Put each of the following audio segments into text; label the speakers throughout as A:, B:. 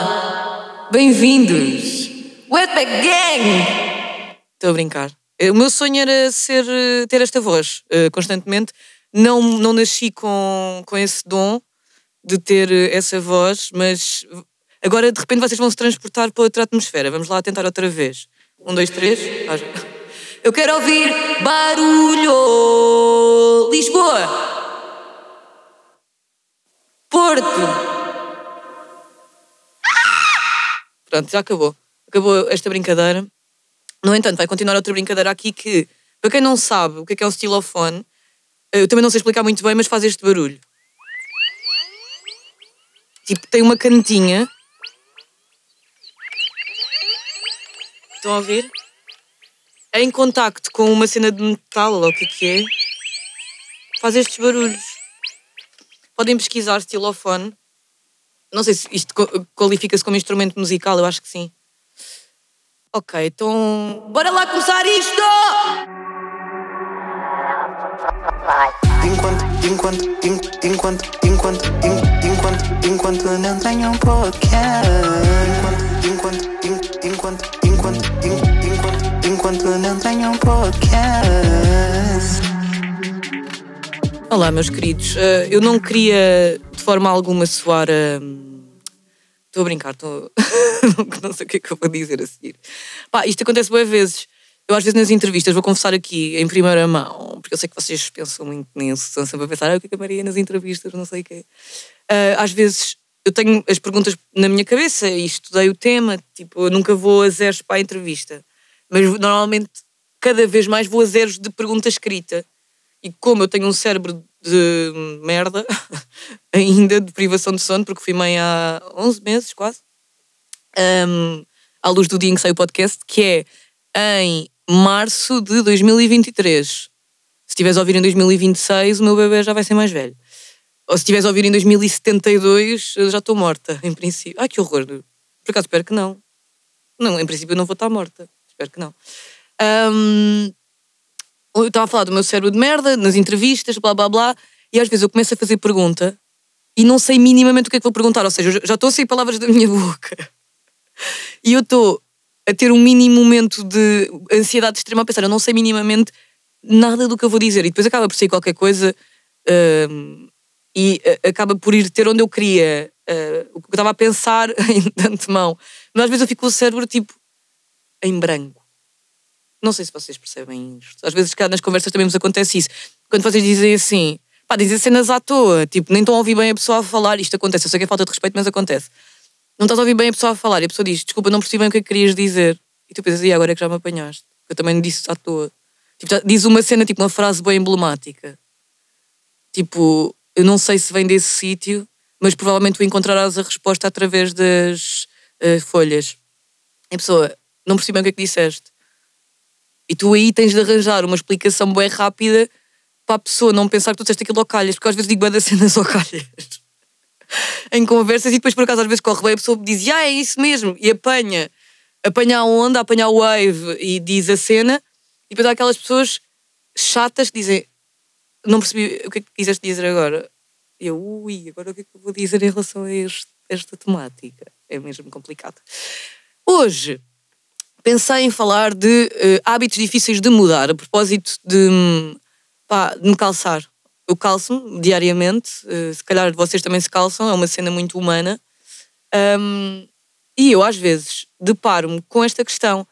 A: Olá, bem-vindos! Wetback Gang! Estou a brincar. Eh, O meu sonho era ser, eh, ter esta voz eh, constantemente. Não, não nasci com, com esse dom de ter eh, essa voz, mas agora de repente vocês vão se transportar para outra atmosfera. Vamos lá tentar outra vez. Um, dois, três. Ah, já. Eu quero ouvir barulho! Lisboa! Porto! Pronto, já acabou. Acabou esta brincadeira. No entanto, vai continuar outra brincadeira aqui que, para quem não sabe o que é, que é um estilofone, eu também não sei explicar muito bem, mas faz este barulho. Tipo, tem uma canetinha. Estão a ouvir? É em contacto com uma cena de metal, ou o que é que é. Faz estes barulhos. Podem pesquisar estilofone. Não sei se isto co- qualifica-se como instrumento musical, eu acho que sim. Ok, então. Bora lá começar isto!
B: Enquanto, enquanto, en- enquanto, enquanto, en- enquanto, enquanto não tenho um podcast. Enquanto, enquanto, en- enquanto, enquanto, en- enquanto, enquanto não tenho um podcast.
A: Olá, meus queridos. Eh, eu não queria de forma alguma soar. a. Estou a brincar, estou. não sei o que é que eu vou dizer a seguir. Pá, isto acontece boas vezes. Eu, às vezes, nas entrevistas, vou confessar aqui em primeira mão, porque eu sei que vocês pensam muito nisso, estão sempre a pensar, ah, o que é que a Maria nas entrevistas, não sei o quê. Ah, às vezes, eu tenho as perguntas na minha cabeça e estudei o tema, tipo, eu nunca vou a zeros para a entrevista. Mas normalmente, cada vez mais, vou a zeros de pergunta escrita. E como eu tenho um cérebro de merda, ainda de privação de sono, porque fui mãe há 11 meses quase, hum, à luz do dia em que sai o podcast, que é em março de 2023. Se estiveres a ouvir em 2026, o meu bebê já vai ser mais velho. Ou se estiveres a ouvir em 2072, eu já estou morta, em princípio. Ai, que horror. Por acaso, espero que não. Não, em princípio eu não vou estar morta. Espero que não. Hum, eu estava a falar do meu cérebro de merda, nas entrevistas, blá blá blá, e às vezes eu começo a fazer pergunta e não sei minimamente o que é que vou perguntar, ou seja, eu já estou a sair palavras da minha boca e eu estou a ter um mini momento de ansiedade extrema a pensar, eu não sei minimamente nada do que eu vou dizer e depois acaba por sair qualquer coisa hum, e a- acaba por ir ter onde eu queria, eh, o que eu estava a pensar em de antemão. Mas às vezes eu fico com o cérebro tipo em branco. Não sei se vocês percebem isto. Às vezes, cá nas conversas também nos acontece isso. Quando vocês dizem assim, pá, dizem cenas à toa, tipo, nem estão a ouvir bem a pessoa a falar, isto acontece. Eu sei que é falta de respeito, mas acontece. Não estás a ouvir bem a pessoa a falar e a pessoa diz, desculpa, não percebi bem o que é que querias dizer. E tu pensas, e agora é que já me apanhaste? Eu também não disse à toa. Tipo, já- diz uma cena, tipo, uma frase bem emblemática. Tipo, eu não sei se vem desse sítio, mas provavelmente tu encontrarás a resposta através das eh, folhas. E a pessoa, não percebi bem o que é que disseste. E tu aí tens de arranjar uma explicação bem rápida para a pessoa não pensar que tu disseste aquilo ao calhas, porque eu às vezes digo bué das cenas ao calhas em conversas e depois por acaso às vezes corre bem, a pessoa me diz, ah, é isso mesmo, e apanha, apanha a onda, apanha a wave e diz a cena, e depois há aquelas pessoas chatas que dizem, não percebi o que é que quiseste dizer agora. E eu, ui, agora o que é que eu vou dizer em relação a este- esta temática? É mesmo complicado. Hoje pensei em falar de eh, hábitos difíceis de mudar a propósito de, hum, pá, de me calçar. Eu calço-me diariamente, eh, se calhar vocês também se calçam, é uma cena muito humana. Hum, e eu, às vezes, deparo-me com esta questão.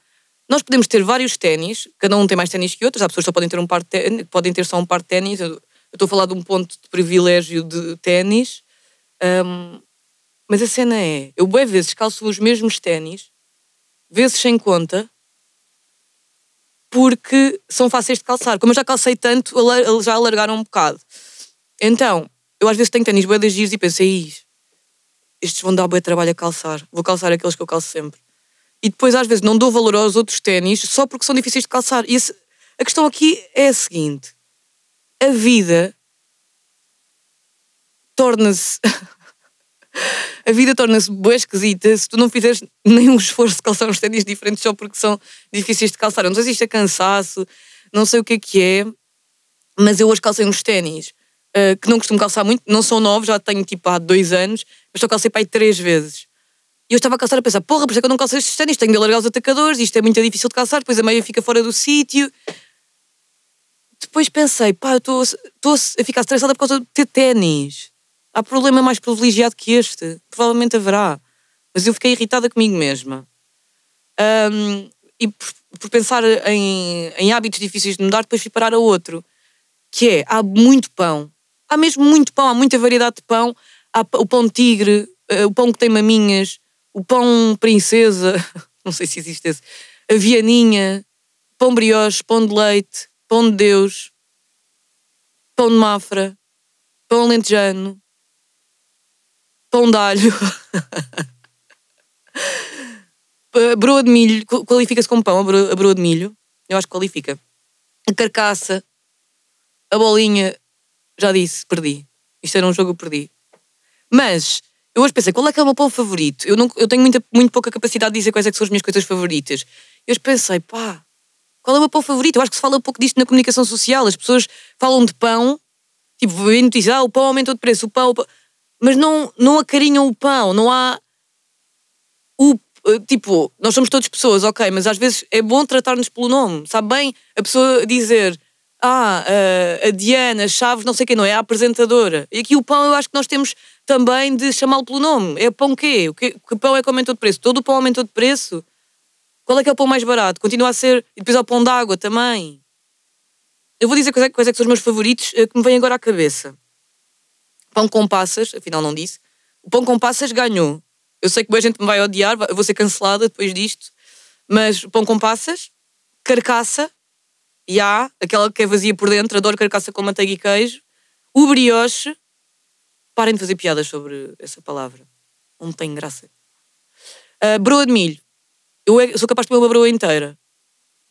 A: Nós podemos ter vários ténis, cada um tem mais ténis que outros, há pessoas que só podem ter, um par de ténis, podem ter só um par de ténis. Eu eu estou a falar de um ponto de privilégio de ténis. Hum, mas a cena é: eu, bem vezes, calço os mesmos ténis vezes sem conta porque são fáceis de calçar. Como eu já calcei tanto, ala- já alargaram um bocado. Então, eu às vezes tenho ténis bué de giros e penso, "Ei, estes vão dar bué trabalho a calçar. Vou calçar aqueles que eu calço sempre. E depois às vezes não dou valor aos outros ténis só porque são difíceis de calçar. E esse- a questão aqui é a seguinte. A vida torna-se a vida torna-se boa esquisita se tu não fizeres nenhum esforço de calçar uns ténis diferentes só porque são difíceis de calçar. Eu não sei se isto é cansaço, não sei o que é que é, mas eu hoje calcei uns ténis eh, ah, que não costumo calçar muito, não são novos, já tenho tipo há dois anos, mas só calcei para aí três vezes. E eu estava a calçar a pensar, porra, por isso é que eu não calço estes ténis, tenho de alargar os atacadores, isto é muito difícil de calçar, depois a meia fica fora do sítio. Depois pensei, pá, eu estou estou a ficar estressada por causa de ter ténis. Há problema mais privilegiado que este. Provavelmente haverá. Mas eu fiquei irritada comigo mesma. Ahm, e por, por pensar em, em hábitos difíceis de mudar, depois fui parar a outro. Que é, há muito pão. Há mesmo muito pão, há muita variedade de pão. Há p- o pão tigre, eh, o pão que tem maminhas, o pão princesa, não sei se existe esse, a vianinha, pão brioche, pão de leite, pão de Deus, pão de mafra, pão lentejano, pão de alho. Uh, broa de milho, qu- qualifica-se como pão a broa, a broa de milho? Eu acho que qualifica. A carcaça, a bolinha, já disse, perdi. Isto era um jogo que eu perdi. Mas, eu hoje pensei, qual é que é o meu pão favorito? Eu, não, eu tenho muita, muito pouca capacidade de dizer quais é que são as minhas coisas favoritas. Eu hoje pensei, pá, qual é o meu pão favorito? Eu acho que se fala um pouco disto na comunicação social. As pessoas falam de pão, tipo, vêm notícias, ah, o pão aumentou de preço, o pão... O pão. Mas não, não acarinham o pão, não há o, eh, tipo, nós somos todas pessoas, ok, mas às vezes é bom tratar-nos pelo nome, sabe bem? A pessoa dizer, ah, eh, a Diana, Chaves, não sei quem não é, a apresentadora. E aqui o pão eu acho que nós temos também de chamá-lo pelo nome. É pão quê? O que, que pão é que aumentou de preço? Todo o pão aumentou de preço? Qual é que é o pão mais barato? Continua a ser, e depois há o pão d'água também. Eu vou dizer quais é, quais é que são os meus favoritos eh, que me vêm agora à cabeça pão com passas, afinal não disse, o pão com passas ganhou. Eu sei que boa gente me vai odiar, vai- eu vou ser cancelada depois disto, mas o pão com passas, carcaça, e há, aquela que é vazia por dentro, adoro carcaça com manteiga e queijo, o brioche, parem de fazer piadas sobre essa palavra, não tem graça. Ah, broa de milho, eu é- sou capaz de comer uma broa inteira.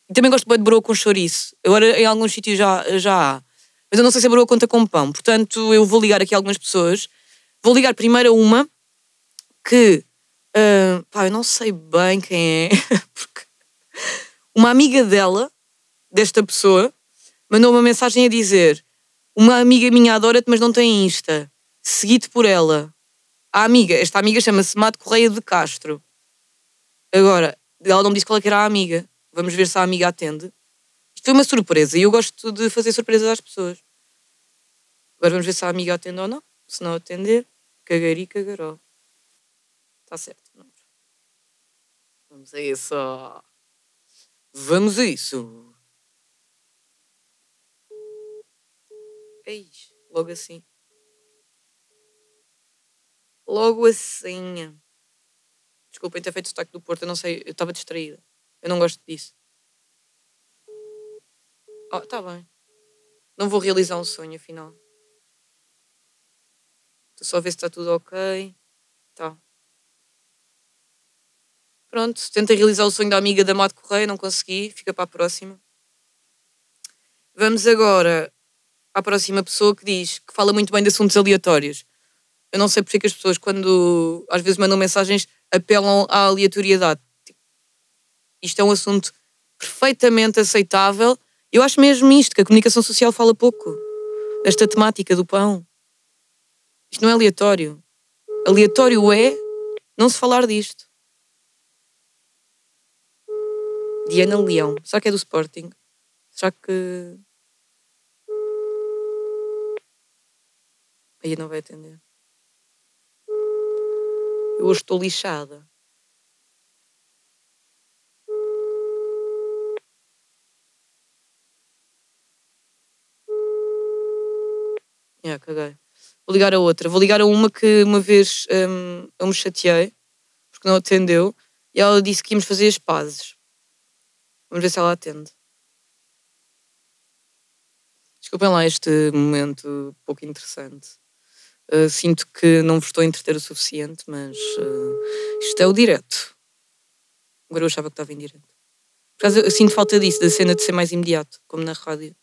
A: E também gosto bué de broa com chouriço. Agora em alguns sítios já, já há. Mas eu não sei se a broa conta com pão. Portanto, eu vou ligar aqui algumas pessoas. Vou ligar primeiro a uma que. ah, pá, eu não sei bem quem é. Porque uma amiga dela, desta pessoa, mandou uma mensagem a dizer: Uma amiga minha adora-te, mas não tem Insta. Segui-te por ela. A amiga, esta amiga chama-se Mato Correia de Castro. Agora, ela não me disse qual é que era a amiga. Vamos ver se a amiga atende. Isto foi uma surpresa e eu gosto de fazer surpresas às pessoas. Agora vamos ver se a amiga atende ou não. Se não atender, cagari, cagaró. Está certo. não. Vamos a isso. ó. Vamos a isso. Eis, logo assim. Logo assim. Desculpem ter feito o sotaque do Porto, eu não sei, eu estava distraída. Eu não gosto disso. Oh, tá bem. Não vou realizar um sonho, afinal. Estou só a ver se está tudo ok. Tá. Pronto, tentei realizar o sonho da amiga da Mato Correia, não consegui, fica para a próxima. Vamos agora à próxima pessoa que diz que fala muito bem de assuntos aleatórios. Eu não sei porque é que as pessoas, quando às vezes mandam mensagens, apelam à aleatoriedade. Tipo, Isto é um assunto perfeitamente aceitável. Eu acho mesmo isto, que a comunicação social fala pouco. Esta temática do pão. Isto não é aleatório. Aleatório é não se falar disto. Diana Leão. Será que é do Sporting? Será que. Aí não vai atender. Eu hoje estou lixada. Yeah, É, caguei. Vou ligar a outra. Vou ligar a uma que uma vez hum, eu me chateei porque não atendeu e ela disse que íamos fazer as pazes. Vamos ver se ela atende. Desculpem lá este momento pouco interessante. Uh, sinto que não vos estou a entreter o suficiente, mas uh, isto é o direto. Agora eu achava que estava em direto. Por acaso eu sinto falta disso, da cena de ser mais imediato, como na rádio.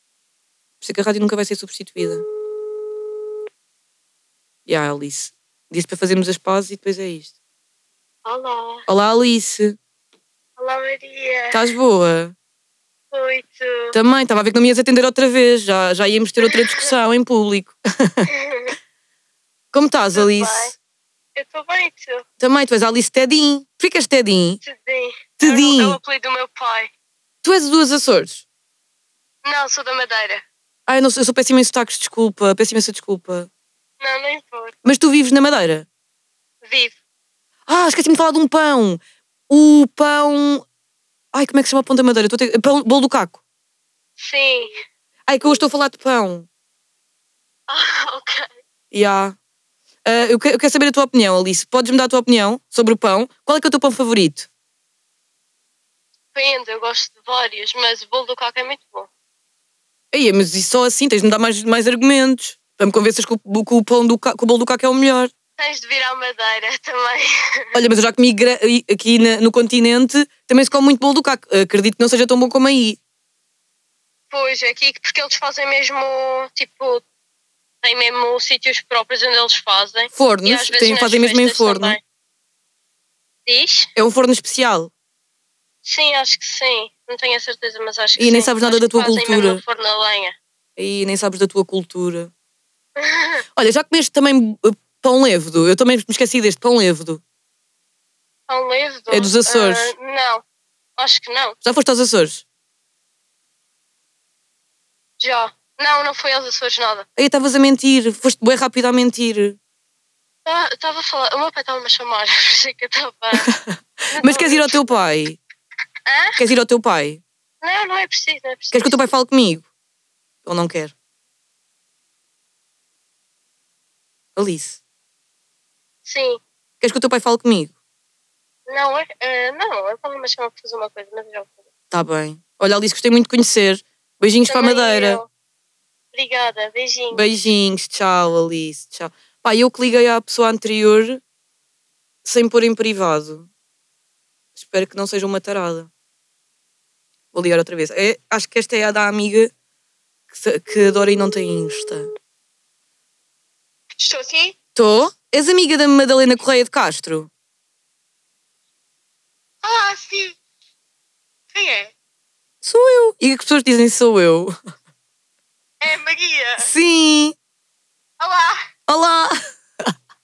A: Por isso é que a rádio nunca vai ser substituída. E a Alice. Disse para fazermos as pazes e depois é isto.
C: Olá,
A: Olá, Alice.
C: olá Maria.
A: Estás boa?
C: Muito.
A: Também, estava a ver que não me ias atender outra vez, já, já íamos ter outra discussão em público. Como estás,
C: Tudo
A: Alice?
C: bem. Eu estou bem, tu.
A: Também, tu és Alice Tedim. Tu ficas Tedim.
C: Tedim.
A: Tedim.
C: É o apelido do meu pai.
A: Tu és dos Açores.
C: Não, sou da Madeira.
A: Ai, eu, não, sou- eu sou péssima em sotaques, desculpa. Péssima em desculpa.
C: Não, não importa.
A: Mas tu vives na Madeira?
C: Vivo.
A: Ah, esqueci-me de falar de um pão. O pão... Ai, como é que se chama o pão da Madeira? Estou a ter- Pão, bolo do caco.
C: Sim.
A: Ai, que eu hoje estou a falar de pão.
C: Ah, ok.
A: Ya. Ah, eu, que- eu quero saber a tua opinião, Alice. Podes-me dar a tua opinião sobre o pão? Qual é que é o teu pão favorito?
C: Depende, eu gosto de vários, mas o bolo do caco é muito bom.
A: Aí, mas isso só assim, tens de me dar mais, mais argumentos. Para me convences que o, que o pão do ca- que o bolo do caco é o melhor.
C: Tens de vir à Madeira também.
A: Olha, mas eu já comi gra- i- aqui na- no continente, também se come muito bolo do caco. Acredito que não seja tão bom como aí.
C: Pois, é aqui, porque eles fazem mesmo, tipo, têm mesmo sítios próprios onde eles fazem. E às
A: Fornos,
C: vezes
A: tem,
C: nas
A: fazem mesmo em
C: festas
A: forno.
C: também. Diz?
A: É um forno especial.
C: Sim, acho que sim. Não tenho a certeza, mas acho que
A: E nem
C: sim.
A: sabes nada
C: Acho
A: da
C: que
A: tua
C: fazem
A: cultura.
C: Mesmo no forno a lenha.
A: Aí nem sabes da tua cultura. Olha, já comeste também eh, pão levedo? Eu também me esqueci deste pão levedo.
C: Pão levedo?
A: É dos Açores.
C: Ah, não, acho que não.
A: Já foste aos Açores?
C: Já. Não, não foi aos Açores nada.
A: Aí estavas a mentir, foste bem rápido a mentir.
C: Estava Tá, a falar, o meu pai estava-me a chamar, achei que eu estava.
A: Mas queres ir ao teu pai?
C: Hã?
A: Queres ir ao teu pai?
C: Não, não é preciso, não é preciso.
A: Queres que o teu pai fale comigo? Ou não quer? Alice,
C: Sim.
A: queres que o teu pai fale comigo?
C: Não, é, ah, não, ele estava-me a chamar para fazer uma coisa, mas eu já o fiz.
A: Tá bem. Olha, Alice, gostei muito de conhecer. Beijinhos
C: Também
A: para a Madeira.
C: eu. Obrigada, beijinho.
A: Beijinhos, tchau, Alice, tchau. Pá, eu que liguei à pessoa anterior sem pôr em privado. Espero que não seja uma tarada. Vou ligar outra vez. É, acho que esta é a da amiga que, se- que adora e não tem Insta.
C: Estou sim?
A: Tô? És amiga da Madalena Correia de Castro?
C: Ah, sim. Quem é?
A: Sou eu. E que as pessoas dizem sou eu.
C: É Maria.
A: Sim!
C: Olá.
A: Olá!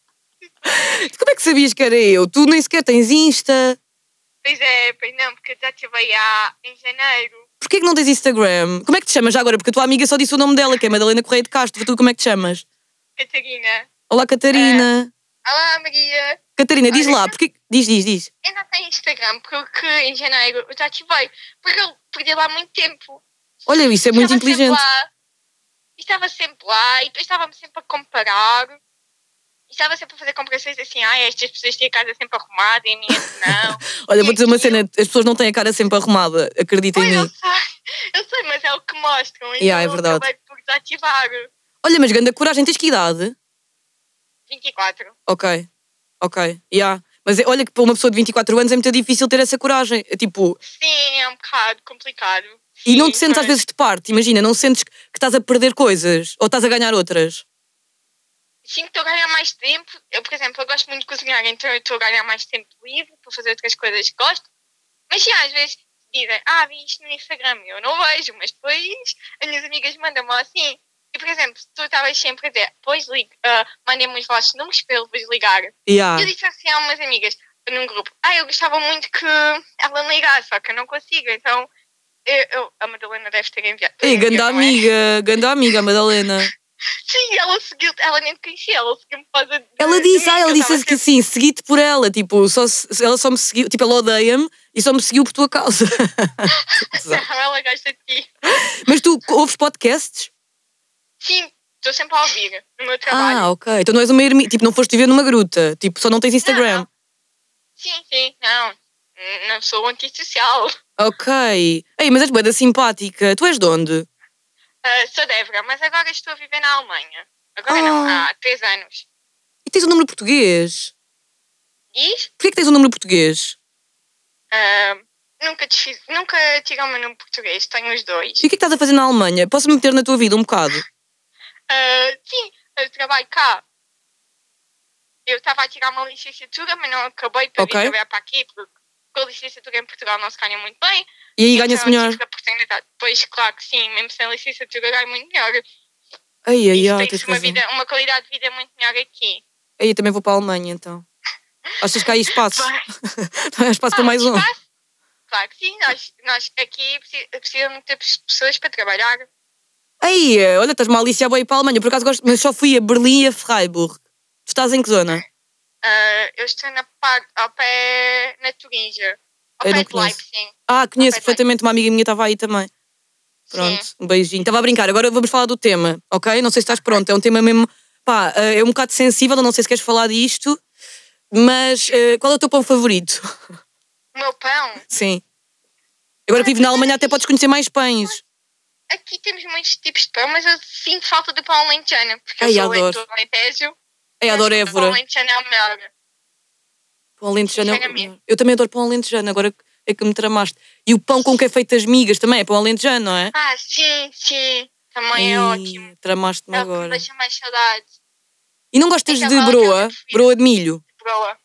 A: Como é que sabias que era eu? Tu nem sequer tens Insta.
C: Pois é, pois não, porque eu já estive há em janeiro.
A: Porquê que não tens Instagram? Como é que te chamas já agora? Porque a tua amiga só disse o nome dela, que é Madalena Correia de Castro. Tu como é que te chamas?
C: Catarina.
A: Olá, Catarina.
C: Olá, Maria.
A: Catarina, diz
C: É. Olha.
A: lá. Porquê... Diz, diz, diz.
C: Eu não tenho Instagram porque em janeiro eu já ativei. Porque eu perdi lá muito tempo.
A: Olha, isso é muito
C: Estava sempre
A: inteligente.
C: lá. E Estava sempre lá e depois estava-me sempre a comparar. E Estava sempre a fazer comparações assim, ah, estas pessoas têm a casa sempre arrumada e a minha não.
A: Olha, vou dizer uma
C: E
A: cena. As pessoas não têm a cara sempre arrumada. Acredita em
C: Pois, eu
A: mim.
C: sei, eu sei, mas é o que mostram.
A: Yeah, é
C: então eu
A: verdade.
C: acabei por desativar.
A: Olha, mas grande coragem. Tens que idade?
C: 24.
A: Ok, ok, yeah. Mas é- olha que para uma pessoa de 24 anos é muito difícil ter essa coragem. É Tipo,
C: Sim, é um bocado complicado.
A: e não
C: Sim,
A: te sentes às
C: mas-
A: vezes de parte, imagina, não sentes que estás a perder coisas ou estás a ganhar outras.
C: Sim, estou a ganhar mais tempo. Eu, por exemplo, eu gosto muito de cozinhar, então eu estou a ganhar mais tempo livre para fazer outras coisas que gosto. Mas sim, às vezes dizem, ah, vi isto no Instagram, eu não vejo, mas depois as minhas amigas mandam-me assim. E, por exemplo, tu estavas sempre a dizer, pois ligo, ah, mandem-me os vossos números para eu vos ligar.
A: Yeah.
C: Eu disse assim a umas amigas num grupo, ah, eu gostava muito que ela me ligasse, só que eu não consigo, então eu, eu- a Madalena deve ter enviado.
A: Ei,
C: enviou,
A: ganda
C: não é?
A: amiga, ganda amiga, Madalena.
C: Sim, ela seguiu, ela nem te conhecia, ela seguiu-me por causa de.
A: Ela
C: de
A: disse,
C: mim,
A: ah, ela
C: é, eu
A: disse
C: tava
A: que
C: sempre-
A: sim, segui-te por ela, tipo, só, se- ela só me seguiu, tipo, ela odeia-me e só me seguiu por tua causa.
C: Não, ela gosta de ti.
A: Mas tu ouves podcasts?
C: Sim, estou sempre a ouvir no meu trabalho.
A: Ah, ok. Então não és uma ermita, tipo, não foste viver numa gruta, tipo, só não tens Instagram.
C: não. Sim, sim, não. N- Não sou antissocial.
A: Ok. Ei, mas és boeda simpática. Tu és de onde?
C: Ah, sou Débora, mas agora estou a viver na Alemanha. Agora não,
A: Ah.
C: há três anos.
A: E tens o número português?
C: Diz?
A: Porquê que tens o número português?
C: Ah, nunca, desfiz, nunca tirei o meu nome português, tenho os dois.
A: E o que é que estás a fazer na Alemanha? Posso me meter na tua vida um bocado?
C: Ah, sim, eu trabalho cá. Eu estava a tirar uma licenciatura, mas não acabei para
A: Ok.
C: vir trabalhar para aqui, porque com a licenciatura em Portugal não se ganha muito bem.
A: E aí ganha-se
C: Então,
A: melhor.
C: tive a oportunidade. Pois, claro que sim, mesmo sem licenciatura ganho muito melhor.
A: Ai, ai,
C: Isto
A: ai,
C: tem
A: tens
C: uma,
A: razão.
C: vida, uma qualidade de vida muito melhor aqui.
A: Aí eu também vou para a Alemanha, então. Achas que há aí espaço?
C: Vai.
A: Não há espaço para
C: Ah,
A: mais um?
C: espaço? Claro que sim, nós, nós aqui preci- precisamos ter pessoas para trabalhar.
A: Aí, eh, olha, estás-me a aliciar bem para a Alemanha. Por acaso gosto, mas só fui a Berlim e a Freiburg. Tu estás em que zona?
C: Ah, eu estou na par, ao pé na Turinja, ao
A: Eu
C: pé
A: não
C: de
A: conheço.
C: Leipzig.
A: Ah, conheço
C: Ok,
A: perfeitamente. Uma amiga minha estava aí também. Pronto, um beijinho. Estava a brincar. Agora vamos falar do tema, ok? Não sei se estás pronto. É um tema mesmo. Pá, eh, é um bocado sensível. eu Não sei se queres falar disto. Mas eh, qual é o teu pão favorito?
C: O meu pão,
A: Sim. Agora que vivo na Alemanha, até podes conhecer mais pães.
C: aqui temos muitos tipos de pão, mas eu sinto falta do pão alentejano, porque
A: Ai,
C: eu sou
A: adoro.
C: leitor alentejo.
A: Ei, É,
C: mas
A: adoro
C: o Pão
A: Évora.
C: alentejano é o melhor.
A: Pão alentejano. é o-
C: Sinceramente.
A: Eu também adoro pão alentejano. Agora é que me tramaste. E o pão com que é feito as migas também é pão alentejano, não é?
C: Ah, sim, sim, também é ótimo.
A: Ih, Tramaste-me
C: É o que me
A: agora.
C: deixa mais saudades,
A: E não gostas
C: Então,
A: de
C: qual é o teu
A: broa?
C: preferido?
A: Broa de milho?
C: broa.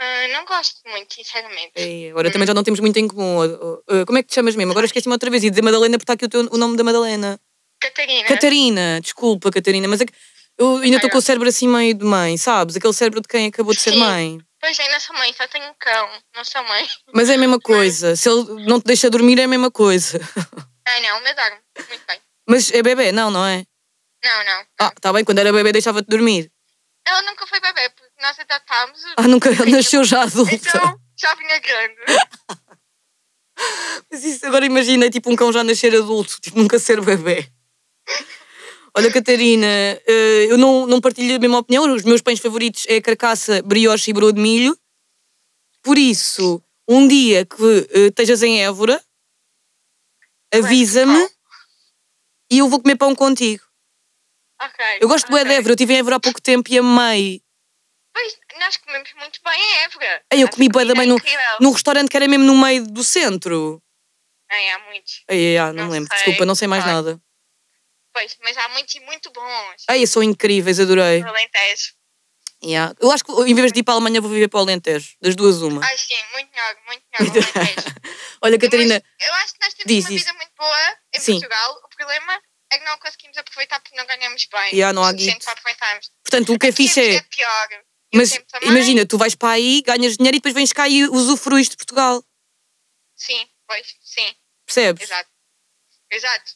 C: Ah, não gosto muito, sinceramente.
A: Ei, É, agora
C: Hum.
A: também já não temos muito em comum. Oh, oh, oh, Como é que te chamas mesmo? Agora esqueci-me outra vez e dizer Madalena porque está aqui o, teu- o nome da Madalena.
C: Catarina.
A: Catarina, desculpa, Catarina, mas é que eu ainda estou com o cérebro assim meio de mãe, sabes? Aquele cérebro de quem acabou de ser
C: Sim.
A: mãe.
C: Pois ainda sou mãe, só tenho um cão, não sou mãe.
A: Mas é a mesma coisa. Se ele não te deixa dormir, é a mesma coisa.
C: Ah, não, mas dorme. Muito bem.
A: Mas é bebê, não, não é?
C: Não, não.
A: Ah, está bem, quando era bebê deixava-te dormir.
C: Ela nunca foi bebê, porque nós adotámos o.
A: Ah, nunca ele nasceu já adulta.
C: Então, já vinha grande.
A: Mas isso, agora imagina, tipo, um cão já nascer adulto, tipo, nunca ser bebê. Olha, Catarina, eh, eu não, não partilho a mesma opinião. Os meus pães favoritos é carcaça, brioche e broa de milho. Por isso, um dia que eh, estejas em Évora, avisa-me
C: pão.
A: e eu vou comer pão contigo.
C: Ok.
A: Eu gosto de bué de
C: ok.
A: Évora. Eu estive em Évora há pouco tempo e amei.
C: Pois, nós comemos muito bem em Évora.
A: Ei, eu
C: Nossa
A: comi bué da
C: comida
A: bem
C: é
A: num,
C: incrível.
A: num restaurante que era mesmo no meio do centro.
C: Ai, há muitos.
A: Ei, ah, não,
C: Não
A: me lembro,
C: sei.
A: desculpa, não sei mais
C: Ai.
A: nada.
C: Pois, mas há muitos e muito bons.
A: Ei, são incríveis, adorei.
C: No Alentejo.
A: Yeah. Eu acho que em vez de ir para a Alemanha vou viver para o Alentejo. Das duas, uma.
C: Ai, sim, muito melhor, muito melhor. no Alentejo.
A: Olha, Catarina,
C: Mas eu acho que nós temos
A: diz
C: uma
A: isso.
C: vida muito boa em
A: Sim.
C: Portugal. O problema é que não conseguimos aproveitar porque não ganhamos bem.
A: Yeah, não há
C: O suficiente
A: guito.
C: para aproveitarmos.
A: portanto, o que é fixe
C: Sempre
A: é.
C: pior. E o
A: Mas
C: tempo também.
A: imagina, tu vais para aí, ganhas dinheiro e depois vens cá e usufruís de Portugal.
C: Sim, pois, sim,
A: Percebes?
C: exato. Exato.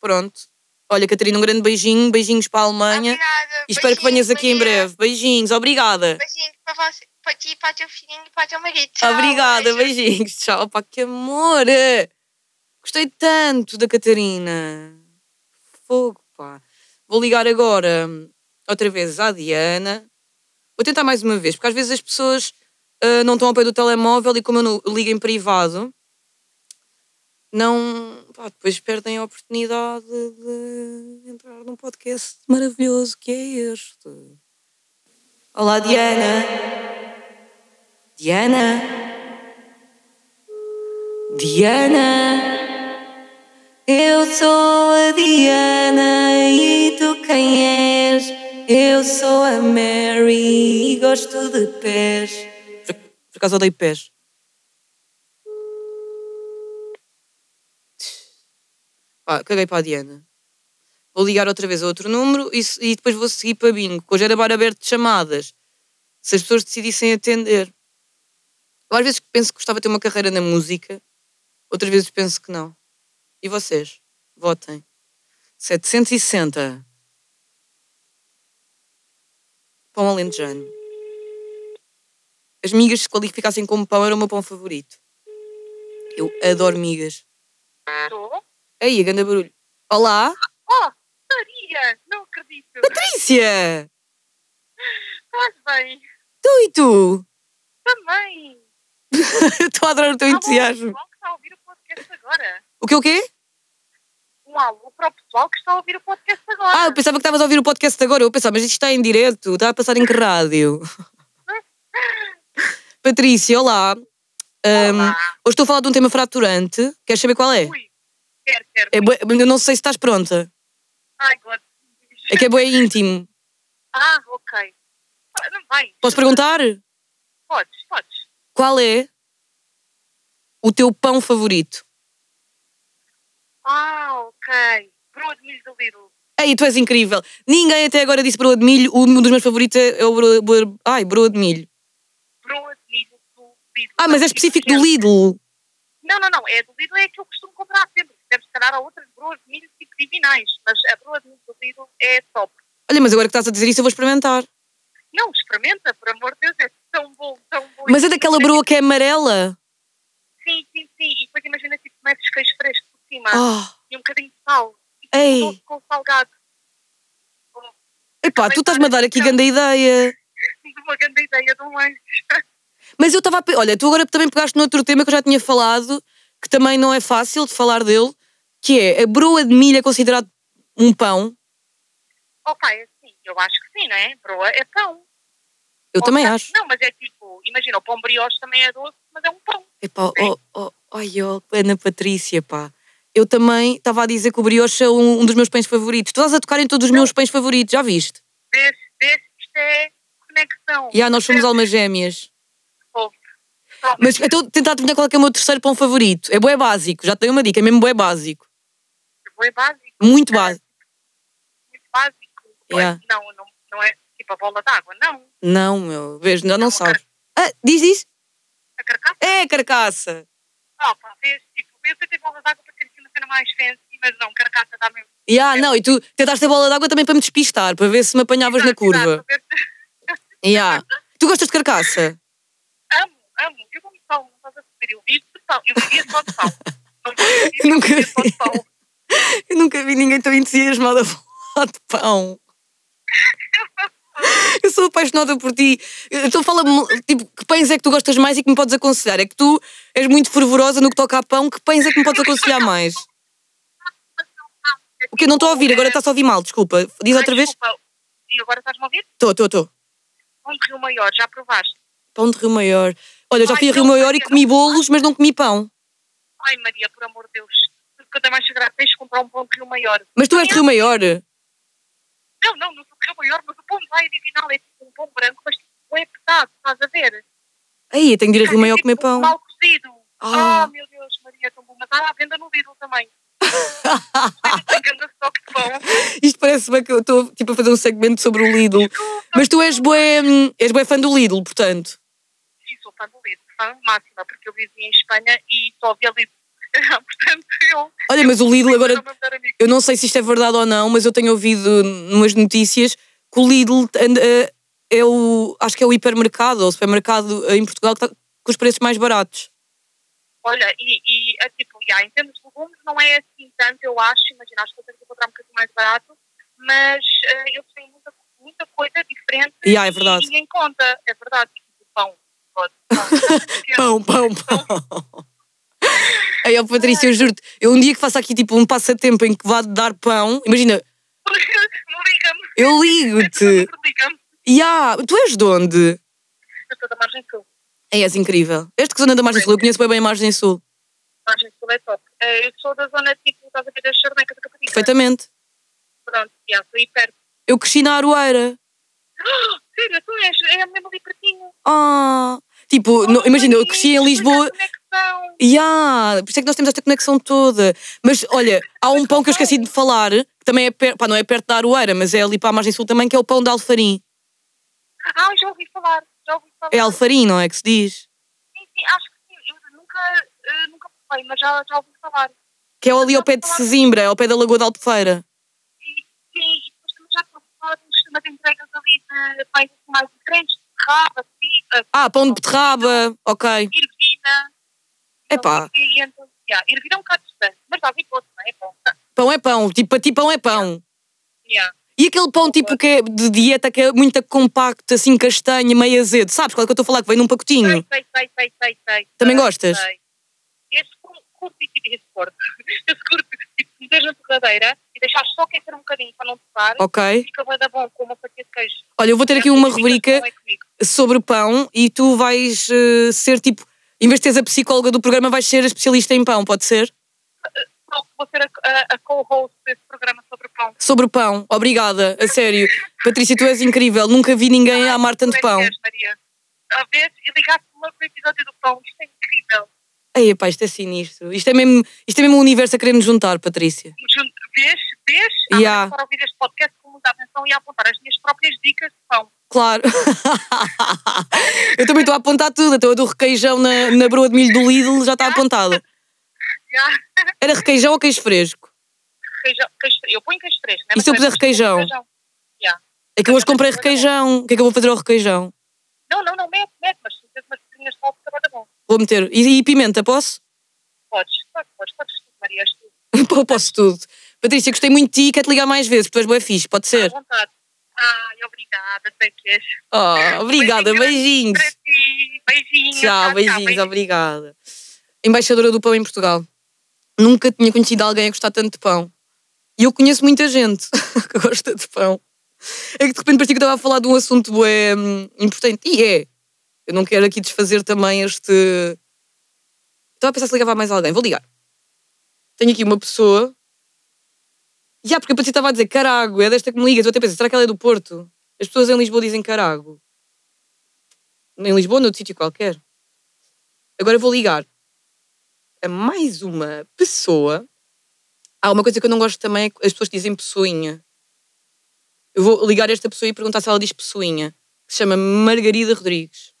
A: Pronto. Olha, Catarina, um grande beijinho, beijinhos para a Alemanha
C: Obrigada.
A: e espero que venhas aqui em breve. Beijinhos, obrigada.
C: Beijinho para você, para ti, para o teu filhinho e para o teu marido. Tchau,
A: Obrigada,
C: beijo.
A: beijinhos. Tchau, pá, que amor! é. Gostei tanto da Catarina. Fogo, pá. Vou ligar agora hum, outra vez à Diana. Vou tentar mais uma vez, porque às vezes as pessoas ah, não estão ao pé do telemóvel e como eu não ligo em privado, não. Pá, depois perdem a oportunidade de entrar num podcast maravilhoso que é este. Olá, Diana. Diana. Diana. Eu sou a Diana e tu quem és? Eu sou a Mary e gosto de pés. Por, por acaso odeio pés. Pá, caguei para a Diana. Vou ligar outra vez a outro número e, se- e depois vou seguir para bingo. que Hoje era bar aberto de chamadas. Se as pessoas decidissem atender. Eu às vezes penso que gostava de ter uma carreira na música, outras vezes penso que não. E vocês? Votem. 760. Pão alentejano. As migas se qualificassem como pão era o meu pão favorito. Eu adoro migas.
C: Estou?
A: Ei, a ganda barulho. Olá,
C: Oh, Maria, não acredito.
A: Patrícia!
C: Estás bem?
A: Tu e tu?
C: Também.
A: Eu Estou a adorar o teu
C: Alô,
A: entusiasmo.
C: pessoal que está a ouvir o podcast agora.
A: O que o quê?
C: Um alô para o pessoal que está a ouvir o podcast agora.
A: Ah, eu pensava que estavas a ouvir o podcast de agora. Eu pensava, mas isto está em direto, está a passar em que rádio? Patrícia, olá. Ahm,
C: Olá.
A: Hoje estou a falar de um tema fraturante. Queres saber qual é?
C: Ui, quero, quero.
A: é bué- eu não sei se estás pronta.
C: Ai, God.
A: É que é bem íntimo.
C: Ah, ok. Ah, Não vai.
A: Posso perguntar?
C: Podes, podes.
A: Qual é o teu pão favorito?
C: Ah, ok. Broa de milho do Lidl.
A: Ei, tu és incrível. Ninguém até agora disse broa de milho. Um dos meus favoritos é o broa, broa- ai, broa de milho.
C: Broa de milho do Lidl.
A: Ah, mas é específico do Lidl.
C: Não, não, não. É do Lidl é que eu costumo comprar sempre. Deve se calhar a outras broas de milho tipo divinais. Mas a broa de milho do Lidl é top.
A: Olha, mas agora que estás a dizer isso, eu vou experimentar.
C: Não, experimenta, por amor de Deus. É tão bom, tão bom.
A: Mas é daquela broa que é amarela.
C: Sim, sim, sim. E depois imagina tipo metes queijo fresco por cima
A: Oh,
C: e um bocadinho de sal. E tudo
A: Ei.
C: doce com salgado.
A: epá, tu estás-me a dar aqui grande ideia.
C: Uma grande ideia de um anjo.
A: Mas eu estava a. pe- Olha, tu agora também pegaste no outro tema que eu já tinha falado, que também não é fácil de falar dele, que é a broa de milho é considerado um pão.
C: Oh, pá, é assim. Eu acho que sim, não é? Broa é pão.
A: Eu
C: Ou
A: também
C: seja,
A: acho.
C: Não, mas é tipo, imagina, o pão brioche também é doce, mas é um pão.
A: Epá, oh, oh, ai, oh, Ana Patrícia, pá. Eu também estava a dizer que o brioche é um, um dos meus pães favoritos. Tu estás a tocar em todos os meus pães favoritos, já viste?
C: Vês, vês, que isto é conexão.
A: Já, nós somos almas gêmeas.
C: Ouve.
A: Mas então tentar adivinhar qual é, que é o meu terceiro pão favorito. É bué básico, já te dei uma dica, é mesmo bué básico.
C: É básico,
A: Muito básico.
C: muito básico.
A: Yeah.
C: Não, não, não é tipo a bola d'água, não.
A: Não, meu, vês, não, não
C: Não,
A: sabes. Ah, diz, diz.
C: A carcaça,
A: É, carcaça.
C: ah, pá, vês, tipo, vês até bola d'água para ter assim uma cena mais fancy, mas não, carcaça dá mesmo.
A: Já, não, e tu tentaste a bola d'água também para me despistar, para ver se me apanhavas na
C: Exato,
A: curva.
C: exato, vês-
A: Já. Tu gostas de carcaça?
C: Amo, amo. Eu como pão, não estás a perceber. Eu vivo de pão, eu vivia só de pão. Não vou mentir,
A: Eu nunca
C: eu vivia só de pão.
A: Eu nunca vi ninguém tão entusiasmado a falar de pão. Eu sou apaixonada por ti. Então fala-me, tipo, que pães é que tu gostas mais e que me podes aconselhar? É que tu és muito fervorosa no que toca a pão, que pães é que me podes aconselhar mais? O que eu não estou a ouvir, agora está-se a ouvir mal, desculpa. Diz
C: Ai,
A: outra vez.
C: desculpa. E agora estás-me a ouvir?
A: Estou, estou, estou.
C: Um rio maior, já provaste?
A: Pão de Rio Maior. Olha, eu já
C: Ai,
A: fui a Rio
C: não,
A: Maior e
C: eu
A: comi
C: não-
A: bolos, mas não comi pão.
C: Ai, Maria, por amor de Deus. Tudo que eu tenho mais sagrado, tens de comprar um pão de rio maior.
A: Mas tu és de Rio Maior?
C: Não, não, não sou de rio maior, mas o pão de lá é divinal. É tipo um pão branco, mas tipo, é pesado, estás a ver?
A: Aí, eu tenho de ir a Rio Maior
C: tipo
A: comer pão.
C: Mal cozido.
A: Ah.
C: Ah, meu Deus, Maria, tão bom. Mas há à venda no Lidl também. Tem grande estoque de pão.
A: Isto parece-me que eu estou tipo, a fazer um segmento sobre o Lidl. Mas tu és bué, hum, és bué fã do Lidl, portanto.
C: Sim, sou fã do Lidl, fã máxima, porque eu vivia em Espanha e só via Lidl. Portanto, eu...
A: Olha, mas o Lidl agora,
C: Era o meu melhor amigo.
A: eu não sei se isto é verdade ou não, mas eu tenho ouvido numas notícias que o Lidl anda- eh, é o, acho que é o hipermercado ou supermercado eh, em Portugal que está com os preços mais baratos.
C: Olha, e, e é tipo, já, em termos de legumes não é assim tanto, eu acho, imagina, acho que eu tenho que encontrar um bocadinho mais barato, mas eh, eu tenho muita, muita coisa diferente
A: Já, é verdade.
C: e ninguém conta, é verdade, tipo, pão, pode, pão,
A: Pão, pão, pão. Aí, ó Patrícia, eu juro-te, eu um dia que faço aqui tipo um passatempo em que vá dar pão, imagina,
C: não liga-me,
A: eu ligo-te.
C: não liga-me,
A: Ya, tu és de onde?
C: eu sou da Margem Sul,
A: Ei, és incrível. Este que zona da Margem Sul, eu conheço bem bem a Margem Sul.
C: Margem Sul é top, Eh, eu sou da zona, tipo, estás a ver, da Charneca da Caparica,
A: Perfeitamente.
C: pronto, já, estou aí perto,
A: Eu cresci na Aroeira.
C: Ah, sério, tu és, é mesmo ali pertinho,
A: Ah! Tipo, não-
C: Oh,
A: imagina, eu
C: Maria,
A: cresci em
C: é que
A: Lisboa.
C: conexão.
A: Ya, por isso é que nós temos esta conexão toda. Mas olha, há um pão que eu esqueci de falar, que também é perto, pá, não é perto da Aroeira, mas é ali para a margem sul também, que é o pão de Alfarim.
C: Ah, já ouvi falar, já ouvi falar.
A: É Alfarim, não é que se diz?
C: Sim, sim, acho que sim. Eu nunca, eh, nunca provei, mas já, já ouvi falar.
A: Que é ali ao pé de Sesimbra, ao pé da Lagoa da Albufeira.
C: E, sim, e depois também já estou a falar de um sistema de entregas ali de pães assim mais diferentes, de raba, figa,
A: Ah, pão de beterraba, ok.
C: ervilha.
A: Epá.
C: E então, yeah, ervilha é um bocado distante, mas já vi outro, não é? Bom,
A: Pão é pão, tipo, para ti pão é pão.
C: yeah.
A: E aquele pão tipo que é de dieta, que é muito compacto, assim castanho, meio azedo, sabes qual é que eu estou a falar? Que vem num pacotinho.
C: sei, sei, sei, sei, sei, sei.
A: Também
C: sei,
A: gostas?
C: sei. Esse cur- curto e tipo, esse curto. Esse curto, tipo, meteres na torradeira e deixar só aquecer um bocadinho para não tocar.
A: Ok.
C: Fica bem da bom com uma fatia de queijo.
A: Olha, eu vou ter aqui uma
C: Essa
A: rubrica
C: não é comigo.
A: sobre pão e tu vais eh, ser tipo, em vez de teres a psicóloga do programa, vais ser a especialista em pão, pode ser?
C: Pronto, vou ser a, a- a co-host desse programa sobre o pão.
A: Sobre pão, obrigada, a sério. Patrícia, tu és incrível, nunca vi ninguém é a amar tanto
C: Tu é és
A: pão.
C: dez, Maria. A vez, e ligaste logo no episódio do pão. Isto é incrível.
A: Ei, um pá, isto é sinistro. Isto é mesmo, isto é mesmo o universo a querer nos juntar, Patrícia.
C: Junto- Vês? Vês?
D: Há
A: Yeah.
D: para ouvir este podcast com muita atenção e a apontar as minhas próprias dicas de pão.
A: Claro. eu também estou a apontar tudo. Então a do requeijão na, na broa de milho do Lidl já está apontada.
D: Já,
A: Era requeijão ou queijo fresco?
D: requeijão, queijo fre- eu ponho queijo fresco, né?
A: E se eu
D: também
A: puser
D: podes pôr
A: requeijão?
D: Já.
A: É que eu hoje comprei requeijão. O que é que eu vou fazer ao requeijão?
D: Não, não, não, mete, mete, mas se tens umas pequenas de sal, fica bada bom.
A: Vou meter. E, e pimenta, posso?
D: Podes, claro que podes, podes tudo, Maria, és tu.
A: Pô, posso tudo. Patrícia, gostei muito de ti e quero te ligar mais vezes, porque tu és boa fixe, pode
D: À
A: ser?
D: vontade. Ai, obrigada, sei que és.
A: Oh, obrigada,
D: Beijinho
A: beijinhos.
D: Para ti, beijinhos.
A: Tchau, beijinhos, obrigada. Embaixadora do pão em Portugal. Nunca tinha conhecido alguém a gostar tanto de pão. E eu conheço muita gente que gosta de pão. É que de repente parecia que estava a falar de um assunto bué, hum, importante. E é. Eu não quero aqui desfazer também este. Estava a pensar se ligava a mais alguém. Vou ligar. Tenho aqui uma pessoa. Já, porque a Patrícia estava a dizer carago, é desta que me ligas. Eu até pensei, será que ela é do Porto? As pessoas em Lisboa dizem carago. Em Lisboa, noutro sítio qualquer. Agora vou ligar a mais uma pessoa. Há uma coisa que eu não gosto também é que as pessoas que dizem pessoinha. Eu vou ligar esta pessoa e perguntar se ela diz pessoinha, que se chama Margarida Rodrigues.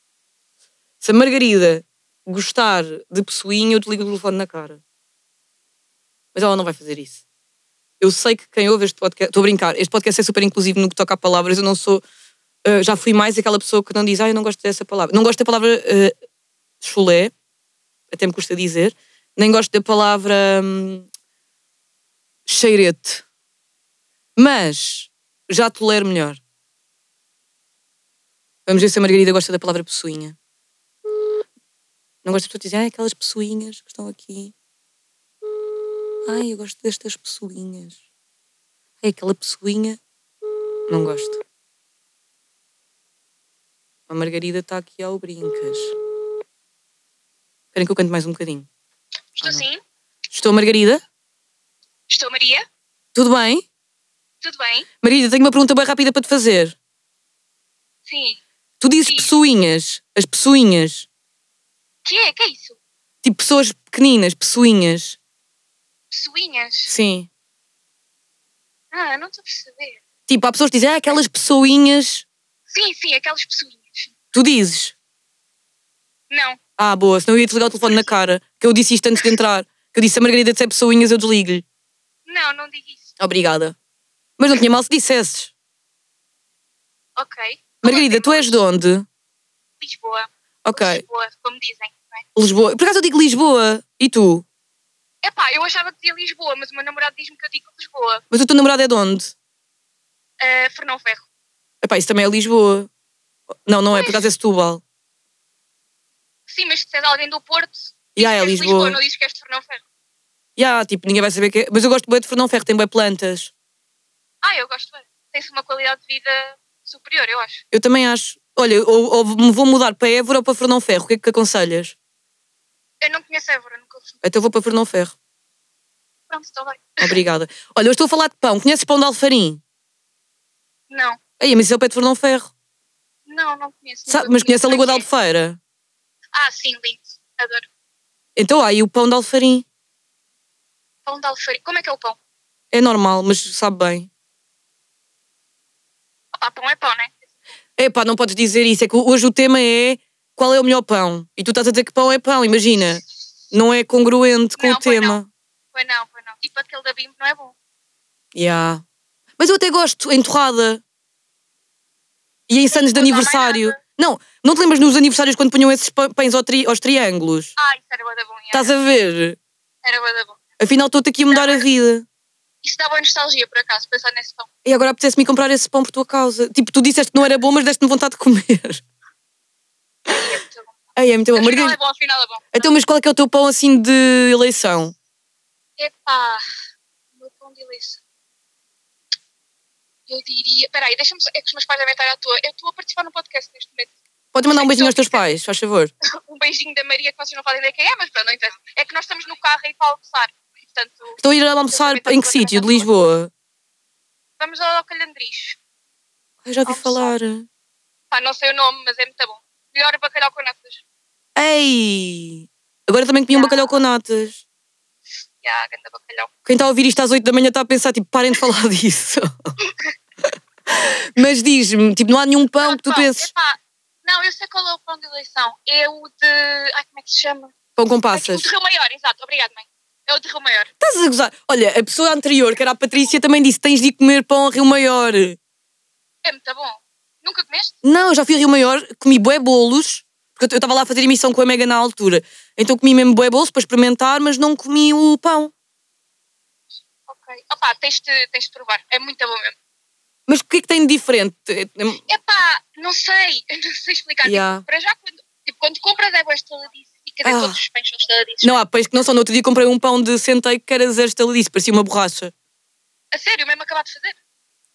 A: Se a Margarida gostar de pessoinha, eu te ligo o telefone na cara. Mas ela não vai fazer isso. Eu sei que quem ouve este podcast. Estou a brincar, este podcast é super inclusivo no que toca a palavras. Eu não sou. ah, já fui mais aquela pessoa que não diz, ah, eu não gosto dessa palavra. Não gosto da palavra ah, chulé, até me custa dizer, nem gosto da palavra hum, cheirete. Mas já tolero melhor. Vamos ver se a Margarida gosta da palavra pessoinha. Não gosto de pessoas dizerem, ah, aquelas pessoinhas que estão aqui. Ai, eu gosto destas pessoinhas. Ai, aquela pessoinha. Não gosto. A Margarida está aqui ao brincas. Esperem que eu canto mais um bocadinho.
C: Estou
A: Ah, não.
C: sim.
A: Estou, Margarida?
C: Estou, Maria.
A: Tudo bem?
C: Tudo bem?
A: Margarida, tenho uma pergunta bem rápida para te fazer.
C: Sim.
A: Tu dizes
C: Sim.
A: pessoinhas, as pessoinhas,
C: Que é? Que é isso?
A: tipo pessoas pequeninas, pessoinhas.
C: Pessoinhas?
A: Sim.
C: Ah, não estou a perceber.
A: Tipo, há pessoas que dizem, ah, aquelas pessoinhas,
C: Sim, sim, aquelas pessoinhas.
A: tu dizes.
C: Não.
A: Ah, boa, senão eu ia desligar o telefone na cara, que eu disse isto antes de entrar. Que eu disse, se a Margarida disser pessoinhas, eu desligo-lhe.
C: Não, não digo isso.
A: Obrigada. Mas não tinha mal se dissesses.
C: Ok. é
A: Margarida, tu és de onde?
C: Lisboa.
A: Ok,
C: Lisboa, como dizem. não é?
A: Lisboa. Por acaso eu digo Lisboa, e tu?
C: Epá, eu achava que dizia Lisboa, mas o meu namorado diz-me que eu digo Lisboa.
A: Mas o teu namorado é de onde?
C: Ah, Fernão Ferro.
A: Epá, isso também é Lisboa. Não, não é, por acaso é Setúbal.
C: Sim, mas se és alguém do Porto, dizes
A: E yeah,
C: que
A: é
C: és de
A: Lisboa.
C: não dizes que és de Fernão Ferro.
A: Yeah, tipo, ninguém vai saber que é. Mas eu gosto bem de Fernão Ferro, tem bem plantas.
C: Ah, eu gosto bem. Tem-se uma qualidade de vida superior, eu acho.
A: Eu também acho. Olha, ou, ou me vou mudar para Évora ou para Fernão Ferro, o que é que aconselhas?
C: Eu não conheço Évora, nunca fui.
A: Então vou para Fernão Ferro.
C: Pronto, está bem.
A: Obrigada. Olha, eu estou a falar de pão. Conheces pão de alfarim?
C: Não,
A: Aí, mas isso é o pé de Fernão Ferro.
C: não, não conheço.
A: Sabe,
C: nunca
A: mas conheces a Lagoa de
C: Como é que
A: Albufeira?
C: é? Ah, sim, lindo. Adoro.
A: Então há aí o pão de alfarim.
C: Pão de alfarinha. Como é que é o pão?
A: É normal, mas sabe bem.
C: Opa, pão é pão, né?
A: Epá, não podes dizer isso. É que hoje o tema é qual é o melhor pão. E tu estás a dizer que pão é pão, imagina. Não é congruente com
C: Não,
A: o
C: pois
A: tema.
C: Pois não, pois não. Tipo aquele da Bimbo não é bom.
A: Yeah. Mas eu até gosto, em torrada. E em sanos de
C: não dá mais
A: aniversário.
C: nada.
A: Não, não te lembras nos aniversários quando punham esses pa- pães ao tri- aos triângulos?
C: Ah, isso era bué da bom. yeah.
A: Estás a ver?
C: Era bué da bom.
A: Afinal, estou-te aqui a mudar a vida.
C: Isso dá boa nostalgia, por acaso, pensar nesse pão.
A: E agora apetece-me comprar esse pão por tua causa. Tipo, tu disseste que não era bom, mas deste-me vontade de comer.
C: É muito bom.
A: Ai, é muito bom.
C: Afinal é
A: Margarida,
C: bom, afinal é bom.
A: então, mas qual é que é o teu pão assim de eleição?
C: Epá, o meu pão de eleição. Eu diria. Peraí, deixa-me. só- É que os meus pais devem estar à toa. Eu estou a participar no podcast neste momento.
A: Pode mandar um beijinho aos teus pais, faz favor.
C: Um beijinho da Maria que vocês não fazem ideia quem é, mas pronto, não interessa. É que nós estamos no carro e para almoçar. Portanto,
A: Estou a ir almoçar em que sítio? De Lisboa?
C: vamos ao Calhandris.
A: Ai, já ouvi falar.
C: Almoçar. Pá, não sei o nome, mas é muito bom. Melhor bacalhau com natas. Tá.
A: Ei! Agora também comi um bacalhau com natas.
C: E a ganda bacalhau.
A: Quem está a ouvir isto às 8 da manhã está a pensar, tipo, parem de falar disso. Mas diz-me, tipo, não há nenhum pão
C: Não,
A: que tu
C: pá,
A: penses.
C: epá, não, eu sei qual é o pão de eleição. É o de. Ai, como é que se chama? É tipo
A: Pão com
C: O
A: passas.
C: de Rio Maior, exato. Obrigado, mãe. É o de Rio Maior.
A: Estás a gozar? Olha, a pessoa anterior, que era a Patrícia, também disse: tens de ir comer pão a Rio Maior.
C: É muito bom. Nunca comeste?
A: Não, eu já fui a Rio Maior, comi bué bolos, porque eu estava lá a fazer emissão com a Mega na altura. Então comi mesmo bué bolos para experimentar, mas não comi o pão.
C: Ok. Opa, tens de, tens de provar. É muito bom mesmo.
A: Mas o que é que tem de diferente?
C: Epá, não sei. Eu não sei explicar.
A: Yeah.
C: Tipo, para já, quando, tipo, quando compras é bom estaladice. E cadê
A: Ah.
C: todos os pães são estaladices?
A: Não há peixe que não são. No outro dia comprei um pão de centeio que era zero estaladice, parecia uma borracha.
C: A sério, mesmo acabado de fazer?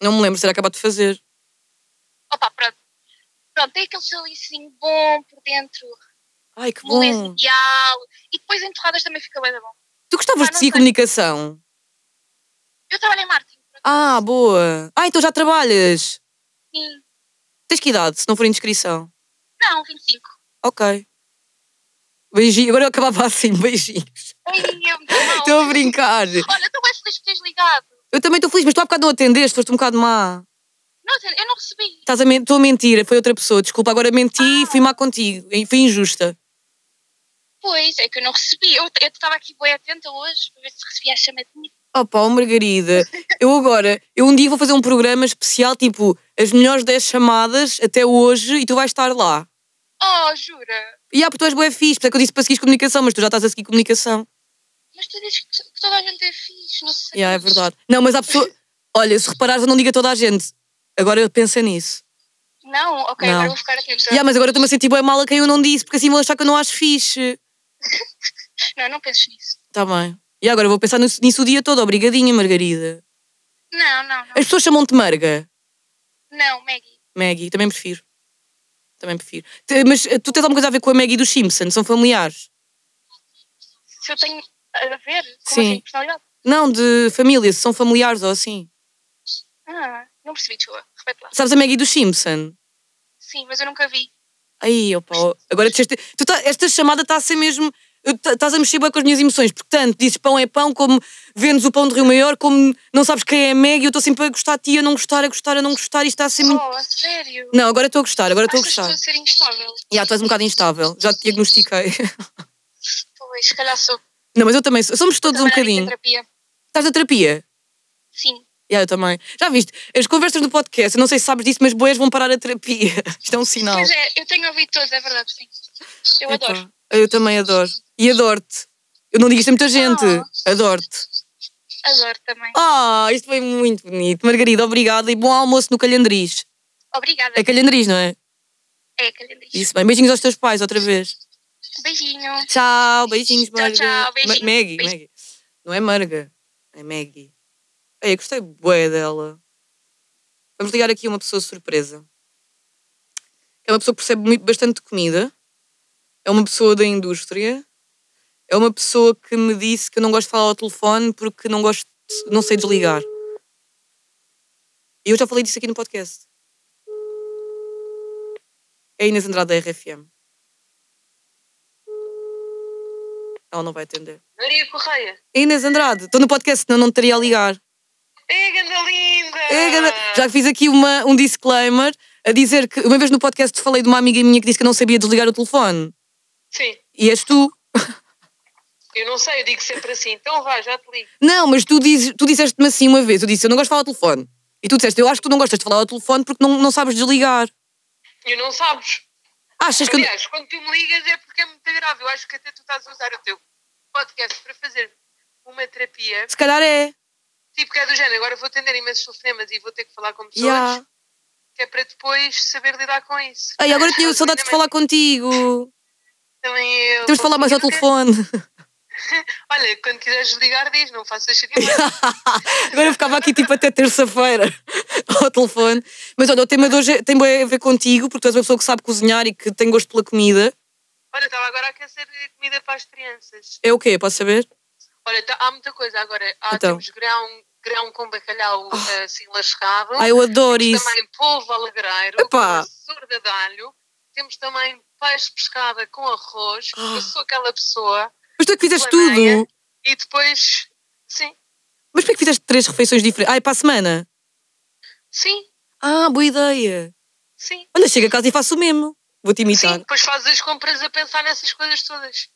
A: Não me lembro, será que acabado de fazer?
C: Opa, pronto. Pronto, tem aquele salicinho bom por dentro,
A: Ai, que
C: moleza
A: bom.
C: ideal. E depois em torradas também fica bem da bom.
A: Tu gostavas
C: Ah,
A: de
C: não
A: seguir
C: sei.
A: comunicação?
C: Eu trabalho em marketing, pronto,
A: Ah, boa. Ah, então já trabalhas.
C: sim.
A: Tens que idade, se não for inscrição.
C: Não, 25.
A: Ok. Beijinho. Agora eu acabava assim, beijinhos.
C: Ai, eu muito mal.
A: Estou a brincar.
C: Olha, estou bem feliz por teres ligado.
A: Eu também estou feliz, mas tu há bocado não atendeste, foste um bocado má.
C: Não, eu não recebi.
A: Estás a men- Estou a mentir, foi outra pessoa. Desculpa, agora menti e
C: Ah.
A: fui má contigo. E Fui injusta.
C: Pois, é que eu não recebi. Eu eu estava aqui bem atenta hoje para ver se recebia a chamadinha.
A: Opa, oh Margarida, eu agora, eu um dia vou fazer um programa especial, tipo, as melhores 10 chamadas até hoje e tu vais estar lá.
C: Oh, jura?
A: E há, porque tu és boé fixe, porque eu disse para seguir comunicação, mas tu já estás a seguir comunicação.
C: Mas tu dizes que, que toda a gente é fixe, não sei.
A: Yeah, é verdade. Não, mas há pessoa. Olha, se reparares, eu não digo a toda a gente. Agora eu penso nisso.
C: Não? Ok,
A: Não.
C: agora vou ficar atenta.
A: Yeah, mas agora eu estou-me a sentir bem mal a quem eu não disse, porque assim vão achar que eu não acho fixe.
C: Não, não penses nisso.
A: Está bem. E agora eu vou pensar nisso, nisso o dia todo. Obrigadinha, Margarida.
C: Não, não, não.
A: As pessoas chamam-te Marga,
C: Não, Maggie.
A: Maggie. Também prefiro. Também prefiro. Te- Mas eh, tu tens alguma coisa a ver com a Maggie dos Simpsons? São familiares?
C: Se eu tenho a ver com
A: Sim.
C: assim, personalidade.
A: Não, de família, se são familiares ou assim.
C: Ah, não percebi, desculpa. Repete lá.
A: Sabes a Maggie dos Simpsons?
C: Sim, mas eu nunca vi.
A: Aí, opa, ó, agora disseste. Tu tá- esta chamada está a ser mesmo. eu tá- Estás a mexer bem com as minhas emoções, porque tanto dizes pão é pão, como vendes o pão de Rio Maior, como não sabes quem é a Meg, e eu estou sempre a gostar de ti, a não gostar, a gostar, a não gostar, e está a ser muito.
C: Oh, a sério?
A: Não, agora estou a gostar, agora estou a
C: Achas que
A: gostar.
C: estou a ser instável.
A: Já, tu és um bocado instável, já te diagnostiquei.
C: Pois, se calhar sou.
A: Não, mas eu também, sou- somos todos um
C: Trabalhar
A: bocadinho.
C: em terapia.
A: Estás na terapia?
C: Sim.
A: Já, eu também. Já viste, as conversas do podcast, eu não sei se sabes disso, mas boias vão parar a terapia. Isto é um sinal.
C: Pois é, eu tenho ouvido todos, é verdade, sim. Eu
A: Epá,
C: adoro.
A: Eu também adoro. E adoro-te. Eu não digo isto a muita gente.
C: Ah.
A: Adoro-te.
C: Adoro também.
A: Ah, isto foi muito bonito. Margarida, obrigada e bom almoço no Calhandriz.
C: Obrigada.
A: É Calhandriz, não é?
C: É, Calendris.
A: Isso bem. Beijinhos aos teus pais outra vez.
C: Beijinho.
A: Tchau, beijinhos,
C: Tchau,
A: Marga.
C: tchau, beijinhos.
A: Ma- Maggie,
C: Beijinhos.
A: Maggie. Não é Marga, é Maggie. Ei, eu gostei bué dela. Vamos ligar aqui a uma pessoa surpresa. É uma pessoa que percebe muito, bastante de comida. É uma pessoa da indústria. É uma pessoa que me disse que eu não gosto de falar ao telefone porque não gosto, de- não sei desligar. E eu já falei disso aqui no podcast. É a Inês Andrade da RFM. Ela não vai atender.
D: Maria Correia.
A: Inês Andrade, estou no podcast, senão não te estaria a ligar.
D: É, ganda linda!
A: É, ganda- Já fiz aqui uma- um disclaimer a dizer que uma vez no podcast te falei de uma amiga minha que disse que eu não sabia desligar o telefone.
D: Sim,
A: E és tu.
D: eu não sei, eu digo sempre assim. Então vá, já te ligo.
A: Não, mas tu, dizes- tu disseste-me assim uma vez. Eu disse, eu não gosto de falar ao telefone. E tu disseste, eu acho que tu não gostas de falar ao telefone porque não, não sabes desligar.
D: E não sabes.
A: Achas que... eu-
D: Aliás, quando tu me ligas é porque é muito grave. Eu acho que até tu estás a usar o teu podcast para fazer uma terapia.
A: Se calhar é.
D: Tipo, que é do género. Agora vou atender imensos telefonemas e vou ter que falar com pessoas.
A: Yeah.
D: Que é para depois saber lidar com isso.
A: Ai, agora tinha saudades de falar contigo.
D: Também eu.
A: Temos de falar mais ao telefone.
D: Olha, quando quiseres ligar, diz, não faças chatice.
A: Agora eu ficava aqui tipo até terça-feira ao telefone. Mas olha, o tema de hoje é- tem bué a ver contigo, porque tu és uma pessoa que sabe cozinhar e que tem gosto pela comida.
D: Olha, estava agora a aquecer comida para as crianças.
A: É o quê? Posso saber?
D: Olha, tá- há muita coisa agora. Há
A: Então. Oh.
D: temos grão, grão com bacalhau assim lascado.
A: Ai, eu adoro
D: temos
A: isso.
D: também polvo alegreiro,
A: Epá.
D: com surda de alho. Temos
A: Oh.
D: também peixe pescada com arroz. porque Eu sou aquela pessoa
A: Mas tu é que fizeste
D: planeia
A: tudo.
D: E depois, sim,
A: Mas porquê é que fizeste três refeições diferentes? Ai, é para a semana?
D: sim,
A: Ah, boa ideia.
D: sim.
A: Olha, chego a casa e faço o mesmo. Vou-te
D: Sim,
A: imitar.
D: depois fazes as compras a pensar nessas coisas todas.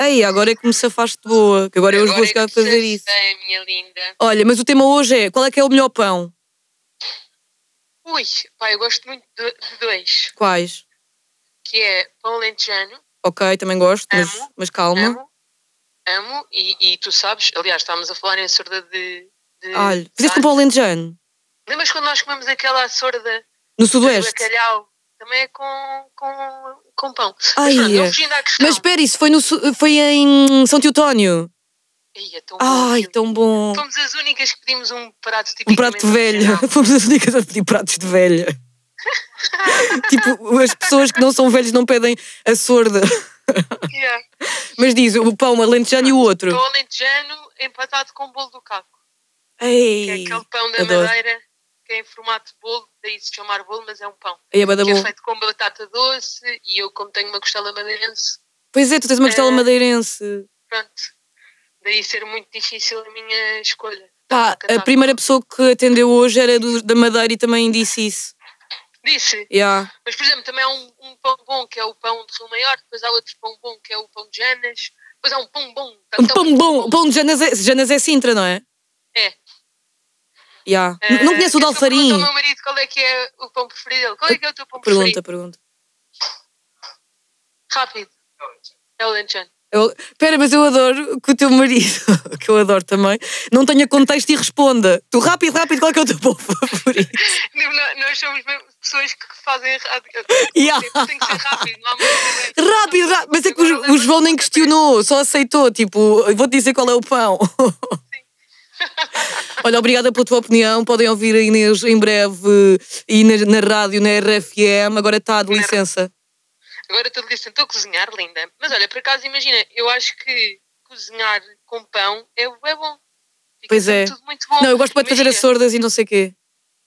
A: Ei, agora é que me safaste de boa, que agora, eu hoje vou
D: Agora
A: chegar
D: é
A: a
D: que
A: fazer
D: te
A: isso.
D: ajudei, minha linda.
A: Olha, mas o tema hoje é qual é que é o melhor pão?
D: Ui, pá, eu gosto muito de, de dois,
A: Quais?
D: que é pão lentejano,
A: Ok, também gosto, mas,
D: Amo.
A: mas calma.
D: amo, amo, e, e tu sabes, aliás, estávamos a falar em sorda de... de
A: Olho. Fizeste com
D: de-
A: pão alentejano?
D: Lembras quando nós comemos aquela sorda
A: No
D: de
A: Sudoeste?
D: bacalhau? Também é com, com, com pão.
A: Ai,
D: mas pronto,
A: é.
D: não fugindo à questão.
A: Mas espera, isso foi, no, Su- foi em São Teutónio.
D: Ai, é tão bom
A: Ai,
D: aquilo.
A: tão bom.
D: Fomos as únicas é que pedimos um prato típico.
A: Um prato de velha. Fomos as únicas a pedir pratos de velha. tipo, as pessoas que não são velhas não pedem a sorda.
D: Yeah.
A: Mas diz, o pão alentejano e o outro.
D: Pão alentejano empatado com o bolo do caco. Que é
A: Ei,
D: aquele pão da
A: adoro.
D: madeira que é em formato de bolo, daí se chamar bolo, mas é um pão.
A: Ei, é bué da
D: que
A: bom.
D: é feito com batata doce e eu, como tenho uma costela madeirense,
A: Pois é, tu tens uma costela
D: É.
A: madeirense.
D: pronto. Daí ser muito difícil a minha escolha.
A: Pá, a
D: Catar.
A: primeira pessoa que atendeu hoje era do- da Madeira e também disse isso.
D: Disse,
A: Yeah.
D: mas por exemplo, também há um, um pão bom que é o pão de Rio Maior, depois há outro pão bom que é o pão de Janas, depois há um pão bom. tá
A: Um
D: tão
A: pão bom, o pão de Janas é, Janas é Sintra, não é?
D: É.
A: Yeah.
D: Eh,
A: não conheço o
D: eu
A: de
D: só pergunto
A: Alfarim?
D: ao meu marido qual é que é o pão preferido dele. Qual é que é o teu pão
A: Pergunta,
D: preferido?
A: pergunta.
D: Rápido. É o Lentejano.
A: Eu- Espera, mas eu adoro que o teu marido, que eu adoro também, não tenha contexto e responda. Tu rápido, rápido, qual é que é o teu pão favorito?
D: Não- Nós somos mesmo pessoas que fazem errado.
A: Yeah.
D: Tem, tem que ser rápido, não há muito problema.
A: Rápido, rápido. Mas é que o, o João nem questionou, só aceitou. Tipo, eu vou-te dizer qual é o pão. Olha, obrigada pela tua opinião. Podem ouvir a Inês em breve e na, na rádio, na RFM. Agora está de licença.
D: Agora tu disse, estou a cozinhar, linda. Mas olha, por acaso, imagina, eu acho que cozinhar com pão é, é bom. Fica
A: Pois
D: sempre
A: é.
D: Tudo muito bom.
A: Não, eu gosto bué de fazer as
D: Imagina,
A: sordas e não sei o quê.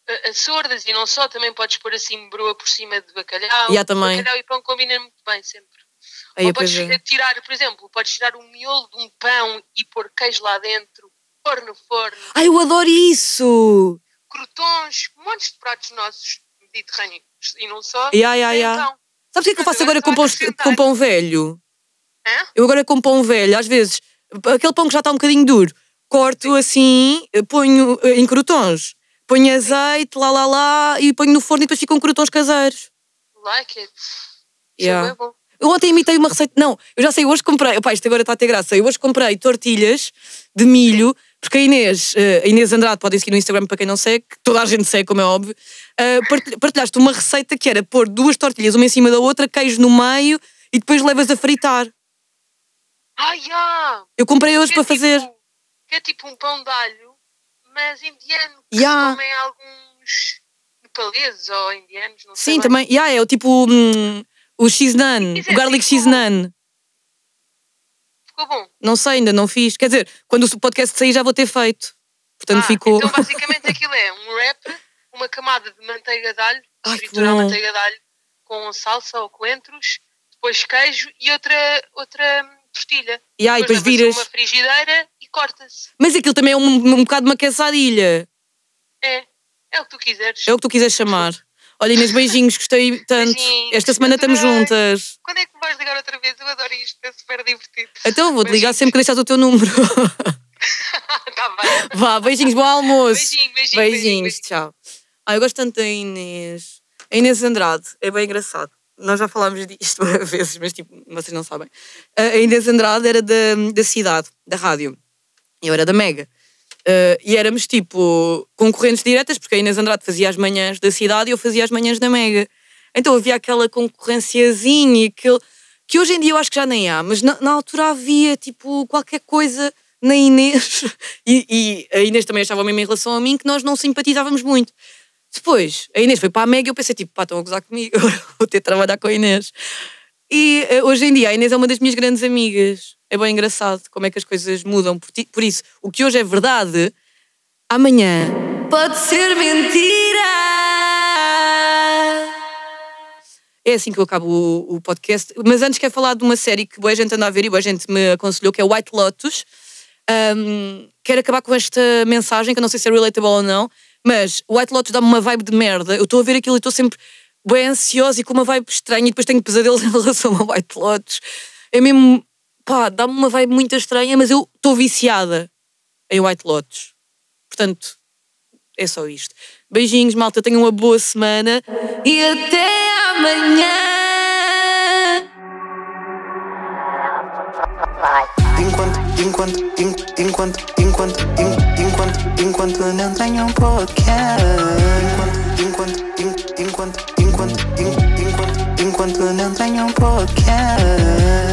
D: a- as sordas e não só, também podes pôr assim broa por cima de bacalhau.
A: E há também.
D: Bacalhau e pão combinam muito bem sempre.
A: Aí,
D: Ou
A: pois
D: podes
A: é.
D: tirar, por exemplo, podes tirar o miolo de um pão e pôr queijo lá dentro, pôr no forno,
A: Ai, eu adoro isso!
D: crotons, montes de pratos nossos mediterrâneos e não só.
A: Ya, ya,
D: têm
A: ya.
D: pão.
A: Sabe o que é que eu
D: Mas
A: faço
D: agora
A: agora com pão,
D: só acrescentar.
A: com pão velho?
D: Hã?
A: Eu agora com pão velho, às vezes, aquele pão que já está um bocadinho duro, corto assim, ponho eh, em crotons, ponho azeite, lá lá lá, e ponho no forno e depois ficam crotons caseiros.
D: Like it.
A: Ya.
D: Isso é bué bom.
A: Eu ontem imitei uma receita. Não, eu já sei, hoje comprei. Opá, isto agora está a ter graça. Eu hoje comprei tortilhas de milho, porque a Inês, eh, a Inês Andrade, podem seguir no Instagram para quem não segue, que toda a gente segue, como é óbvio. eh, partilh- Partilhaste uma receita que era pôr duas tortilhas, uma em cima da outra, queijo no meio e depois levas a fritar.
D: Ah, ya.
A: Eu comprei hoje
D: Que
A: para
D: é tipo-
A: fazer.
D: que é tipo um pão de alho, mas indiano, que
A: Ya.
D: se comem alguns nepaleses ou indianos, não sei
A: Sim,
D: bem.
A: também. Yeah, é o tipo. hum, o cheese naan,
D: Isso
A: o
D: é
A: garlic
D: tipo-
A: cheese naan.
D: Ficou bom.
A: Não sei, ainda não fiz. Quer dizer, quando o podcast sair já vou ter feito. Portanto,
D: Ah,
A: ficou.
D: Então, basicamente, aquilo é um wrap, uma camada de manteiga de alho,
A: Ai, que
D: triturar a
A: bom.
D: manteiga de alho com salsa ou coentros, depois queijo e outra, outra hum, tortilha.
A: E aí, depois
D: leva-se a
A: viras.
D: uma frigideira e corta-se.
A: Mas aquilo também é um, um bocado uma caçadilha.
D: É, é o que tu quiseres.
A: É o que tu quiseres chamar. Olha, Inês, beijinhos, gostei tanto.
D: Beijinhos,
A: Esta semana estamos
D: adorei.
A: juntas.
D: Quando é que me vais ligar outra vez? Eu adoro isto, é super divertido.
A: Então vou-te ligar
D: Beijinhos.
A: sempre que deixas o teu número.
D: Tá bem.
A: Vá, beijinhos, bom almoço.
D: Beijinho, beijinho, beijinho,
A: Beijinhos,
D: beijinho.
A: tchau. Ah, eu gosto tanto da Inês. A Inês Andrade é bem engraçado. Nós já falámos disto várias vezes, mas tipo, vocês não sabem. A a Inês Andrade era da, da cidade, da rádio. Eu era da Mega. Ah, e éramos tipo concorrentes diretas, porque a Inês Andrade fazia as manhãs da cidade e eu fazia as manhãs da Mega. Então havia aquela concorrenciazinha e aquele. Que hoje em dia eu acho que já nem há, mas na, na altura havia tipo qualquer coisa na Inês e, e a Inês também achava mesmo em relação a mim que nós não simpatizávamos muito. Depois, a Inês foi para a Mega e eu pensei tipo, pá, estão a gozar comigo, agora vou ter de trabalhar com a Inês. E eh, hoje em dia a Inês é uma das minhas grandes amigas. É bem engraçado como é que as coisas mudam. Por, ti- por isso, o que hoje é verdade, amanhã pode ser mentira. É assim que eu acabo o, o podcast. Mas antes quero falar de uma série que boa gente anda a ver e boa gente me aconselhou, que é White Lotus. Ahm, quero acabar com esta mensagem, que eu não sei se é relatable ou não, mas White Lotus dá-me uma vibe de merda. Eu estou a ver aquilo e estou sempre bem ansiosa e com uma vibe estranha e depois tenho pesadelos em relação a White Lotus. É mesmo, pá, dá-me uma vibe muito estranha, mas eu estou viciada em White Lotus. Portanto, é só isto. Beijinhos, malta, tenham uma boa semana e até amanhã!
B: Enquanto, enquanto, en- enquanto, enquanto, en- enquanto, enquanto não tenho um podcast. Enquanto, enquanto, en- enquanto, enquanto, en- enquanto, enquanto não tenho um podcast.